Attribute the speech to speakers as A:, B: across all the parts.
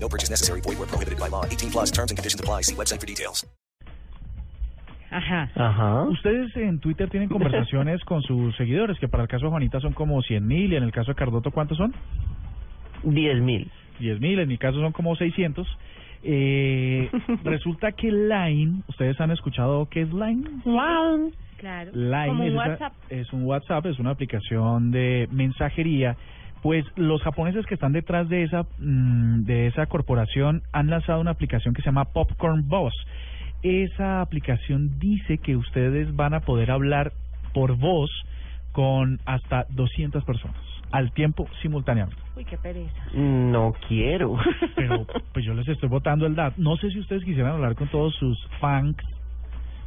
A: No purchase necessary. Void where prohibited by law. 18 plus terms and conditions apply. See website for details.
B: Ajá.
C: Ajá.
D: Ustedes en Twitter tienen conversaciones con sus seguidores, que para el caso de Juanita son como 100 mil, y en el caso de Cardoto, ¿cuántos son?
C: Diez mil.
D: 10 mil, en mi caso son como 600. Eh, resulta que Line, ¿ustedes han escuchado qué es Line?
B: Claro.
D: Line
B: Como un
D: es, esa-
B: WhatsApp.
D: es un WhatsApp, es una aplicación de mensajería. Pues los japoneses que están detrás de esa mm, de esa corporación han lanzado una aplicación que se llama Popcorn Boss. Esa aplicación dice que ustedes van a poder hablar por voz con hasta 200 personas al tiempo simultáneamente.
B: Uy, qué pereza.
C: No quiero.
D: Pero pues yo les estoy botando el dato. No sé si ustedes quisieran hablar con todos sus fans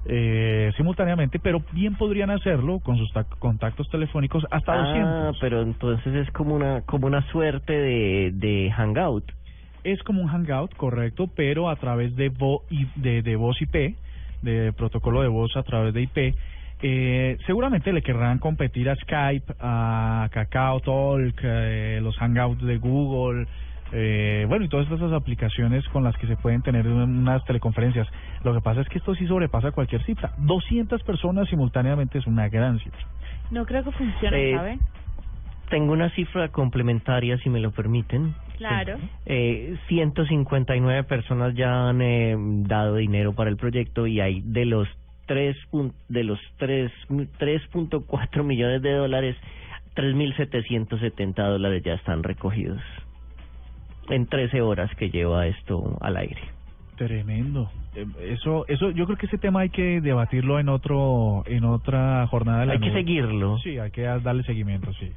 D: eh, simultáneamente, pero bien podrían hacerlo con sus ta- contactos telefónicos hasta
C: Ah,
D: 200.
C: pero entonces es como una como una suerte de, de hangout.
D: Es como un hangout, correcto, pero a través de, vo- y- de, de voz IP, de protocolo de voz a través de IP. Eh, seguramente le querrán competir a Skype, a Kakao Talk, eh, los Hangouts de Google, eh, bueno, y todas esas aplicaciones con las que se pueden tener unas teleconferencias. Lo que pasa es que esto sí sobrepasa cualquier cifra. 200 personas simultáneamente es una gran cifra.
B: No creo que funcione,
C: Eh,
B: ¿sabe?
C: Tengo una cifra complementaria, si me lo permiten.
B: Claro.
C: Eh, 159 personas ya han eh, dado dinero para el proyecto y hay de los tres pun- de los tres 3.4 millones de dólares 3.770 dólares ya están recogidos en 13 horas que lleva esto al aire.
D: Tremendo. Eh, Eso, eso, yo creo que ese tema hay que debatirlo en otro, en otra jornada de la
C: Hay que
D: nube.
C: seguirlo.
D: Sí, hay que darle seguimiento, sí.